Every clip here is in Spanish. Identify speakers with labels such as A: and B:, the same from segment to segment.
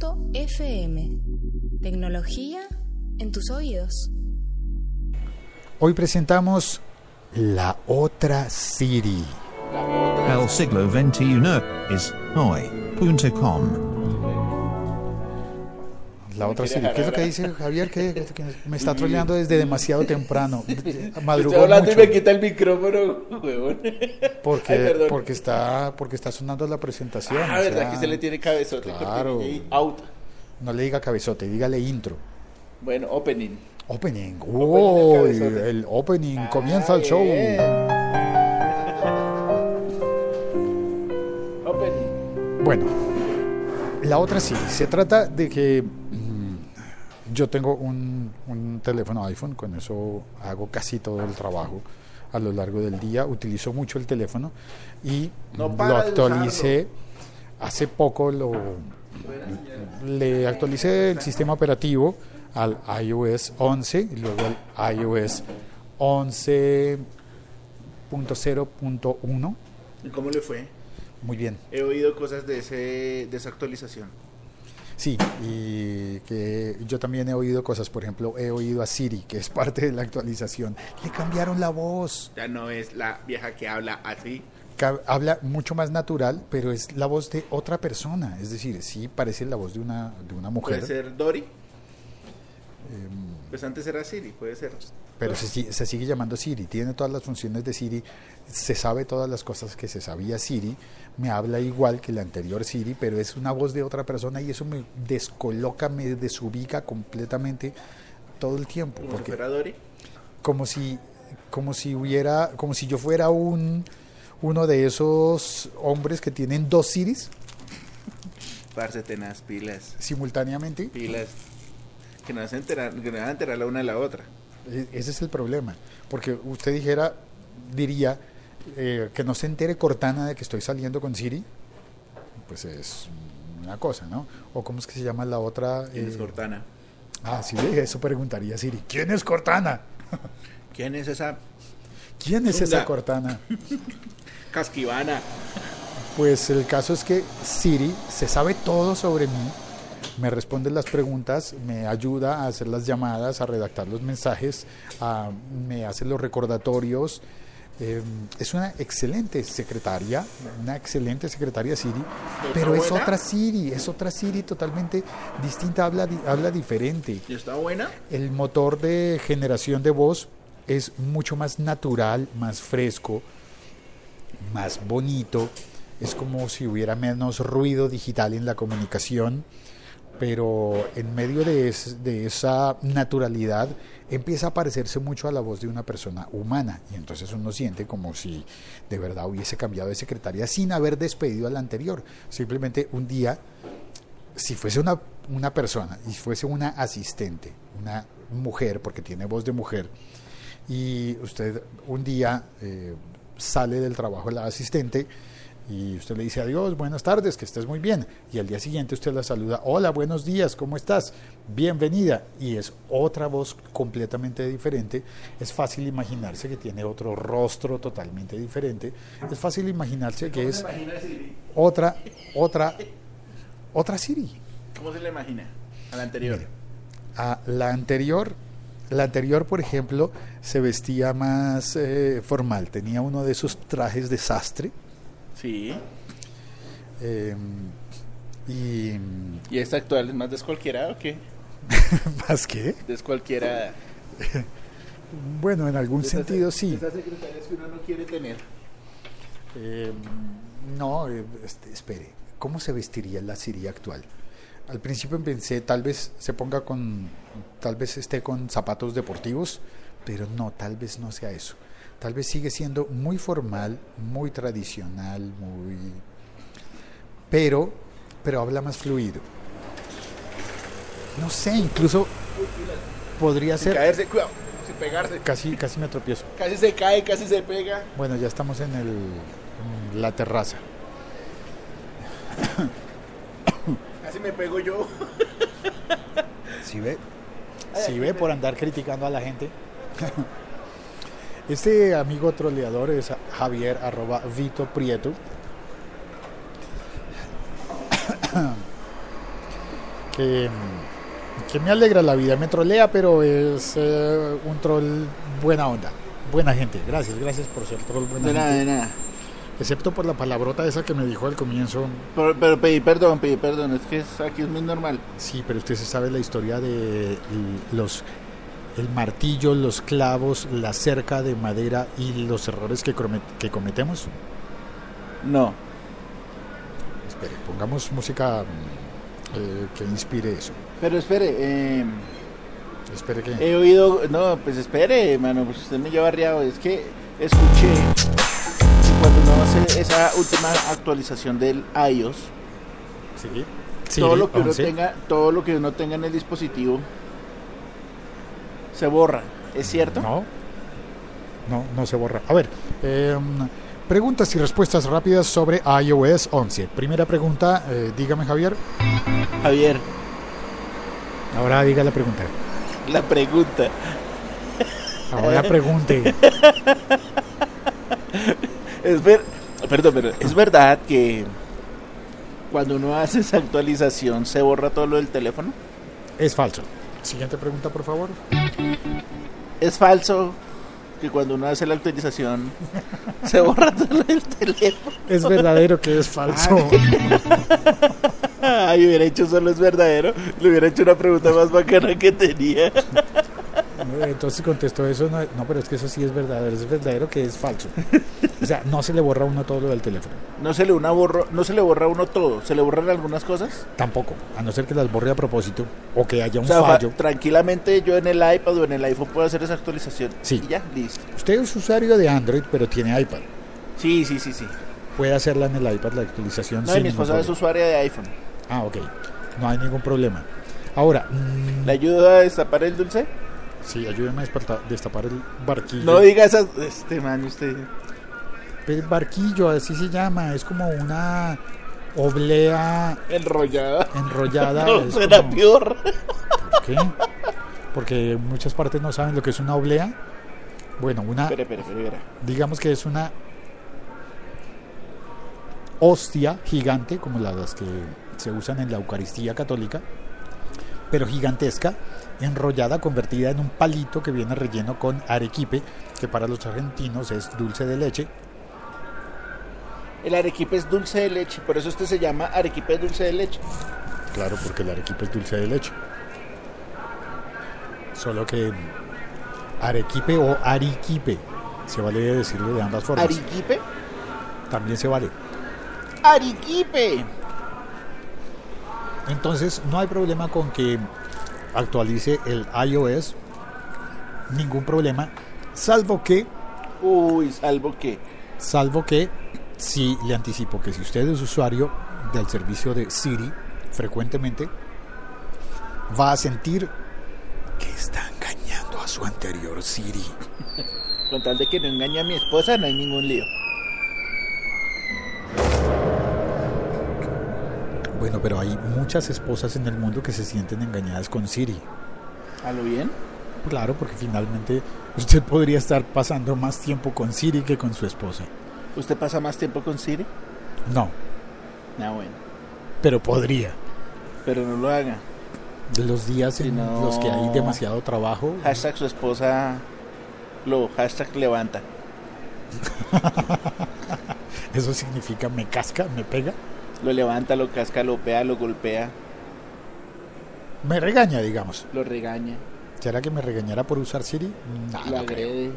A: laliga.fm. Tecnología en tus oídos.
B: Hoy presentamos La Otra Siri.
C: El siglo XXI es hoy.com.
B: La Otra Siri. ¿Qué es lo que dice Javier? Que que me está troleando desde demasiado temprano.
D: Estoy
B: Madrugó
D: hablando
B: mucho.
D: y me quita el micrófono, huevón. Ay,
B: Porque,
D: perdón.
B: porque, está, porque está sonando la presentación.
D: Ah,
B: o
D: verdad
B: sea,
D: que se le tiene cabezote.
B: claro.
D: cortinilla y Out.
B: No le diga cabezote, dígale intro.
D: Bueno, opening.
B: Opening.
D: Opening
B: Uy,
D: del cabezote.
B: el opening. Comienza el
D: Ah,
B: show.
D: bien. Opening.
B: Bueno, la otra sí. Se trata de que mm, yo tengo un, un teléfono iPhone, con eso hago casi todo el trabajo a lo largo del día. Utilizo mucho el teléfono y
D: No
B: mm, lo
D: para de
B: actualicé. Hace poco lo le actualicé el sistema operativo al iOS 11 y luego al iOS 11.0.1.
E: ¿Y cómo le fue?
B: Muy bien.
E: He oído cosas de, ese, de esa actualización.
B: Sí, y que yo también he oído cosas, por ejemplo, he oído a Siri, que es parte de la actualización, le cambiaron la voz,
E: Ya no es la vieja que habla así.
B: Ca- habla mucho más natural, pero es la voz de otra persona, es decir, sí parece la voz de una, de una
E: Puede
B: mujer,
E: ser Dory. pues antes era Siri, puede ser.
B: pero se, si- se sigue llamando Siri, tiene todas las funciones de Siri, se sabe todas las cosas que se sabía Siri, me habla igual que la anterior Siri, pero es una voz de otra persona y eso me descoloca, me desubica completamente todo el tiempo.
E: Como si
B: porque
E: fuera Dory.
B: como si como si hubiera como si yo fuera un uno de esos hombres que tienen dos Siris
E: Parce tenaz, pilas.
B: simultáneamente
E: Pilas. Que no vas a enterar, que no vas a enterar la una a la otra.
B: E- ese es el problema porque usted dijera diría eh, que no se entere Cortana de que estoy saliendo con Siri pues es una cosa no o cómo es que se llama la otra
E: ¿Quién es
B: Eh,
E: Cortana?
B: ah sí eso preguntaría Siri quién es Cortana
E: ¿Quién es esa
B: quién es esa
E: Zunda.
B: Cortana
E: casquivana?
B: Pues el caso es que Siri se sabe todo sobre mí, me responde las preguntas, me ayuda a hacer las llamadas, a redactar los mensajes, a- me hace los recordatorios. Eh, es una excelente secretaria, una excelente secretaria Siri, pero es
E: buena?
B: otra Siri, es otra Siri totalmente distinta, habla, di- habla diferente
E: ¿Y está buena?
B: el motor de generación de voz es mucho más natural, más fresco, más bonito. Es como si hubiera menos ruido digital en la comunicación, pero en medio de, es- de esa naturalidad empieza a parecerse mucho a la voz de una persona humana. Y entonces uno siente como si de verdad hubiese cambiado de secretaria sin haber despedido a la anterior. Simplemente un día si fuese una, una persona y fuese una asistente, una mujer, porque tiene voz de mujer, y usted un día eh, sale del trabajo la asistente y usted le dice adiós, buenas tardes, que estés muy bien, y al día siguiente usted la saluda, hola, buenos días, ¿cómo estás? Bienvenida, y es otra voz completamente diferente, es fácil imaginarse que tiene otro rostro totalmente diferente, es fácil imaginarse que es
E: imagina Siri?
B: otra, otra, otra Siri.
E: ¿Cómo se la imagina? A la anterior.
B: a la anterior. La anterior, por ejemplo, se vestía más eh, formal, tenía uno de esos trajes de sastre
E: Sí.
B: eh, y mm,
E: ¿Y esta actual es más descualquiera o qué?
B: más que,
E: Descualquiera.
B: bueno, en algún sentido sí.
E: Esas secretarias que uno no quiere tener.
B: Eh, no, eh, este, espere, ¿cómo se vestiría la Siria actual? Al principio pensé, tal vez se ponga con, tal vez esté con zapatos deportivos, pero no, tal vez no sea eso. Tal vez sigue siendo muy formal, muy tradicional, muy... Pero, pero habla más fluido. No sé, incluso podría
E: Sin
B: ser...
E: caerse, cuidado, sin pegarse.
B: Casi, casi me tropiezo.
E: Casi se cae, casi se pega.
B: Bueno, ya estamos en, el, en la terraza.
E: Casi me pego yo.
B: Si ve, si ve por andar criticando a la gente. Este amigo troleador es Javier arroba Vito Prieto. que, que me alegra la vida, me trolea, pero es eh, un troll buena onda, buena gente. Gracias, gracias por ser troll buena
E: De nada,
B: gente.
E: de nada.
B: Excepto por la palabrota esa que me dijo al comienzo.
E: Pero, pero pedí perdón, pedí perdón. Es que es- aquí es muy normal.
B: Sí, pero usted se sabe la historia de los el martillo, los clavos, la cerca de madera y los errores que, come- que cometemos.
E: No.
B: Espere, pongamos música mm, eh, que inspire eso.
E: Pero espere, eh,
B: Espere que.
E: he oído. No, pues espere, mano. Pues usted me lleva arriado. Es que escuché que cuando uno hace esa última actualización del iOS,
B: sí. Sí,
E: todo lo que uno
B: 11.
E: tenga, todo lo que uno tenga en el dispositivo se borra. ¿Es cierto?
B: No, no, no se borra. A ver, em, preguntas y respuestas rápidas sobre iOS 11. Primera pregunta, eh, dígame Javier.
E: Javier,
B: Ahora diga la pregunta.
E: la pregunta.
B: Ahora pregunte.
E: Es ver, perdón, pero es verdad que cuando uno hace esa actualización se borra todo lo del teléfono.
B: Es falso. Siguiente pregunta, por favor.
E: Es falso que cuando uno hace la actualización se borra todo lo del teléfono.
B: Es verdadero que es falso.
E: Ay, Ah, hubiera hecho solo es verdadero. Le hubiera hecho una pregunta más bacana que tenía.
B: Entonces contestó eso. No, no, pero es que eso sí es verdadero. Es verdadero que es falso. O sea, no se le borra a uno todo lo del teléfono.
E: No se le una borro, no se le borra a uno todo, se le borran algunas cosas.
B: Tampoco. A no ser que las borre a propósito o que haya
E: O
B: un
E: sea, fa-
B: fallo.
E: tranquilamente yo en el iPad o en el iPhone puedo hacer esa actualización.
B: Sí.
E: Y ya, listo.
B: Usted es usuario de Android, pero tiene iPad.
E: Sí, sí, sí, sí.
B: Puede hacerla en el iPad la actualización.
E: No, y
B: sin
E: mi
B: ningún
E: esposa es
B: problema.
E: usuaria de iPhone.
B: Ah, ok. No hay ningún problema. Ahora, mm,
E: ¿Le ayuda a destapar el dulce?
B: sí, ayúdeme a desparta- destapar el barquillo.
E: No diga esas. Este man, usted.
B: El barquillo, así se llama. Es como una oblea
E: Enrollada.
B: enrollada.
E: No,
B: es
E: suena
B: como-
E: peor.
B: ¿Por qué? Porque en muchas partes no saben lo que es una oblea. Bueno, una,
E: Espera, espera, espera, espera.
B: digamos que es una hostia gigante, como la- las que se usan en la Eucaristía católica, pero gigantesca, enrollada, convertida en un palito que viene relleno con arequipe, que para los argentinos es dulce de leche.
E: El arequipe es dulce de leche, por eso este se llama arequipe dulce de leche.
B: Claro, porque el arequipe es dulce de leche. Solo que arequipe o ariquipe, se vale decirlo de ambas formas.
E: ¿Arequipe?
B: También se vale.
E: ¡Arequipe!
B: Entonces, no hay problema con que actualice el iOS. Ningún problema. Salvo que,
E: Uy, salvo que.
B: salvo que, si le anticipo que si usted es usuario del servicio de Siri frecuentemente, va a sentir que está engañando a su anterior Siri.
E: Con tal de que no engañe a mi esposa, no hay ningún lío.
B: Bueno, pero hay muchas esposas en el mundo que se sienten engañadas con Siri.
E: ¿A lo bien?
B: Claro, porque finalmente usted podría estar pasando más tiempo con Siri que con su esposa.
E: ¿Usted pasa más tiempo con Siri?
B: No,
E: Ah, bueno.
B: pero podría.
E: Pero no lo haga.
B: De los días en
E: Sí, no.
B: los que hay demasiado trabajo.
E: Hashtag su esposa lo hashtag levanta.
B: Eso significa me casca, me pega,
E: Lo levanta, lo casca, lo pea, lo golpea,
B: me regaña, digamos.
E: lo regaña,
B: ¿Será que me regañará por usar Siri? Nah,
E: lo
B: no creo.
E: agrede.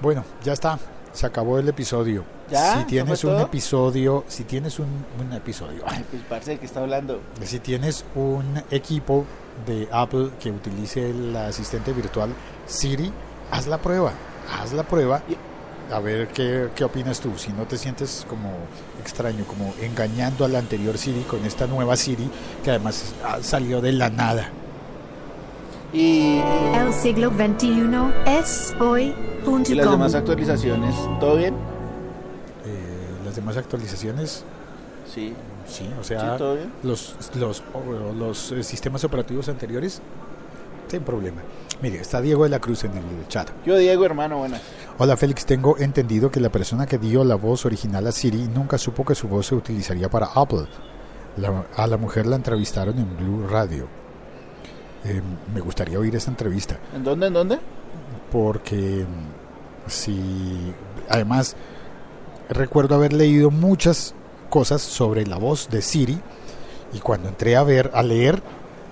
B: Bueno, ya está. Se acabó el episodio.
E: ¿Ya?
B: Si
E: ¿Eso
B: tienes
E: fue
B: un
E: todo?
B: episodio, si tienes un, un episodio,
E: Ay, pues parce, ¿de qué está hablando?
B: si tienes un equipo de Apple que utilice la asistente virtual Siri, haz la prueba. Haz la prueba. A ver qué, qué opinas tú. Si no te sientes como extraño, como engañando a la anterior Siri con esta nueva Siri que además ah, salió de la nada.
E: Y,
F: El siglo XXI es
E: y las
F: hoy.com.
E: demás actualizaciones, ¿todo bien?
B: Eh, las demás actualizaciones,
E: Sí,
B: sí, o
E: sí,
B: sea,
E: todo bien.
B: los, los, o- los eh, sistemas operativos anteriores, sin problema. Mire, está Diego de la Cruz en el chat.
E: Yo, Diego, hermano, buenas.
B: Hola Félix, tengo entendido que la persona que dio la voz original a Siri nunca supo que su voz se utilizaría para Apple. La- a la mujer la entrevistaron en Blue Radio. Eh, me gustaría oír esta entrevista
E: ¿En dónde? ¿En dónde?
B: porque mm, si además recuerdo haber leído muchas cosas sobre la voz de Siri y cuando entré a ver a leer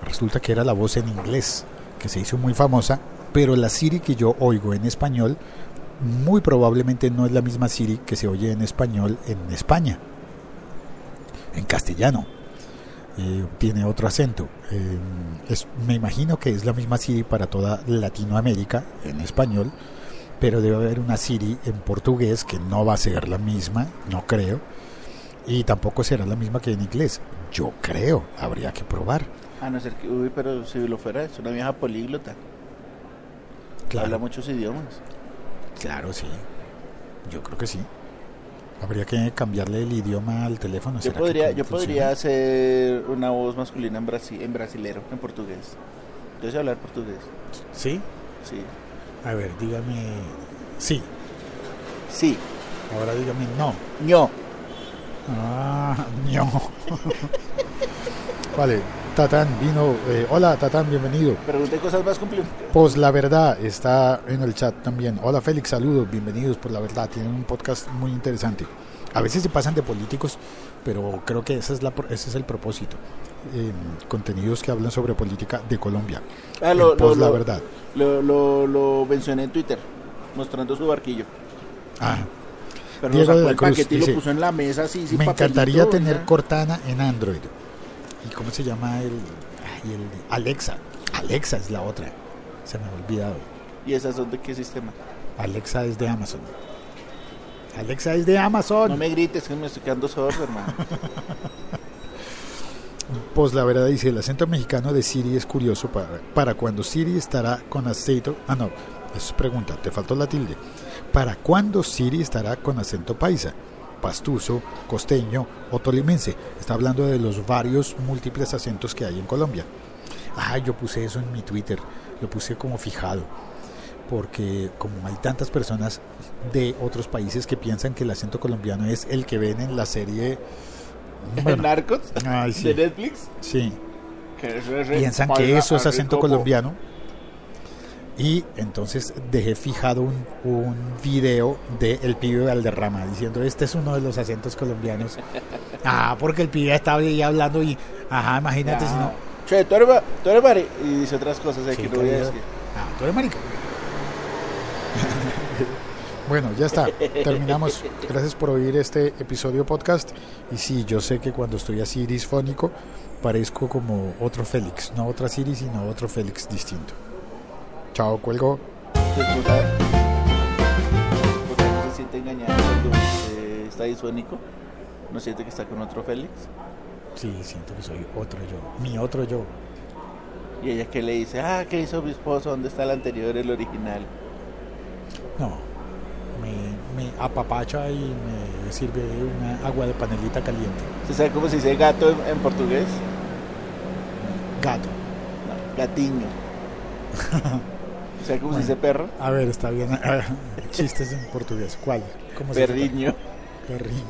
B: resulta que era la voz en inglés que se hizo muy famosa pero la Siri que yo oigo en español muy probablemente no es la misma Siri que se oye en español en España en castellano eh, tiene otro acento. Eh, es- me imagino que es la misma Siri para toda Latinoamérica en español, pero debe haber una Siri en portugués que no va a ser la misma, no creo, y tampoco será la misma que en inglés. Yo creo, habría que probar.
E: A no ser que, uy, pero si lo fuera, es una vieja políglota. Habla
B: Claro,
E: muchos idiomas.
B: claro, sí. Yo creo que sí. Habría que cambiarle el idioma al teléfono.
E: Yo
B: ¿será que
E: podría,
B: cómo
E: yo
B: funciona?
E: podría hacer una voz masculina en, brasi- en brasilero, en portugués. Yo sé hablar portugués,
B: Sí.
E: sí.
B: A ver, dígame. Sí.
E: Sí,
B: Ahora dígame no.
E: ño.
B: Ah, ño. vale, Tatán vino. eh, hola, Tatán, bienvenido.
E: Pregunté cosas más complicadas.
B: Pues la verdad está en el chat también. Hola, Félix, saludos, bienvenidos por la verdad. Tienen un podcast muy interesante. A veces se pasan de políticos, pero creo que esa es la, pro- ese es el propósito. Eh, contenidos que hablan sobre política de Colombia.
E: Ah,
B: En
E: lo, lo-
B: Pos la
E: lo-
B: verdad.
E: Lo, lo, lo mencioné en Twitter, mostrando su barquillo.
B: Ah,
E: Pero
B: Diego
E: no
B: de
E: sacó
B: la
E: el
B: Cruz
E: paquete y lo
B: dice,
E: puso en la mesa así, sin
B: me
E: papelito,
B: encantaría tener
E: ¿verdad?
B: Cortana en Android. ¿Y cómo se llama el, ay, el de- Alexa? Alexa es la otra. Se me ha olvidado.
E: ¿Y esas son de qué sistema?
B: Alexa es de Amazon. Alexa es de Amazon.
E: No me grites que me estoy quedando sordo, hermano.
B: Pues la verdad dice, el acento mexicano de Siri es curioso para, para cuando Siri estará con acento... Ah, no, es pregunta, te faltó la tilde. ¿Para cuándo Siri estará con acento paisa? Pastuso, costeño o tolimense. Está hablando de los varios múltiples acentos que hay en Colombia. Ah, yo puse eso en mi Twitter, lo puse como fijado. Porque como hay tantas personas de otros países que piensan que el acento colombiano es el que ven en la serie...
E: ¿En
B: bueno,
E: Narcos?
B: ay, sí.
E: ¿De Netflix?
B: sí,
E: Que eso es re-
B: piensan que
E: baila
B: eso es
E: a
B: acento
E: rico, bo.
B: colombiano. Y entonces dejé fijado un, un video de El Pibe Valderrama diciendo, este es uno de los acentos colombianos. Ah, porque el pibe estaba ahí hablando y, ajá, imagínate si no...
E: Che, tú eres, ba- tú eres bari- Y dice otras cosas eh,
B: Sí,
E: que no voy a
B: caballero.
E: decir.
B: Ah, tú eres marica. bueno, ya está. Terminamos. Gracias por oír este episodio podcast. Y sí, yo sé que cuando estoy así disfónico, parezco como otro Félix. No otra Siri, sino otro Félix distinto. Chao, cuelgo.
E: Pues, o sea, o sea, no se siente engañado cuando eh, está disfónico. No siente que está con otro Félix.
B: Sí, siento que soy otro yo. Mi otro yo.
E: Y ella que le dice, ah, ¿qué hizo mi esposo? ¿Dónde está el anterior, el original?
B: No. Me, me apapacha y me sirve una agua de panelita caliente.
E: ¿Se sabe cómo se dice gato en, en portugués?
B: Gato.
E: No, gatiño. ¿Se sabe cómo se dice perro?
B: A ver, está bien. Chistes en portugués. ¿Cuál? ¿Cómo se llama?
E: Perriño.
B: Perrín.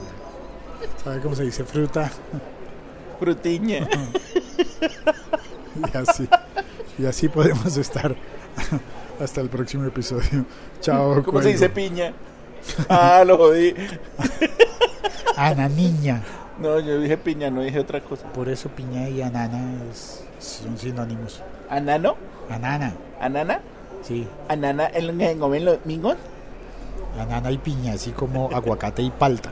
B: ¿Sabe cómo se dice fruta?
E: Frutiña.
B: Y así, y así podemos estar hasta el próximo episodio. Chao.
E: ¿Cómo se
B: cuelgo.
E: dice piña? Ah, lo jodí.
B: Ana niña.
E: No, yo dije piña, no dije otra cosa.
B: Por eso piña y anana es- son sinónimos.
E: ¿Anano?
B: Anana,
E: ¿Anana?
B: sí.
E: ¿Anana en lo que comen los mingos?
B: Anana y piña, así como aguacate y palta.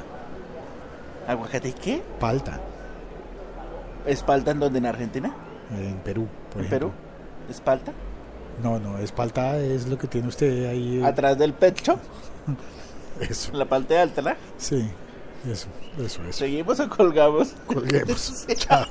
E: ¿Aguacate y qué?
B: Palta
E: ¿Espalda en donde en Argentina?
B: en Perú, por
E: ¿En
B: ejemplo.
E: Perú? ¿Espalda?
B: No, no, es palta es lo que tiene usted ahí. eh,
E: ¿Atrás del pecho?
B: Eso,
E: ¿En la parte alta? ¿la?
B: sí. Eso, eso, eso.
E: ¿Seguimos o colgamos?
B: Colguemos. Chao.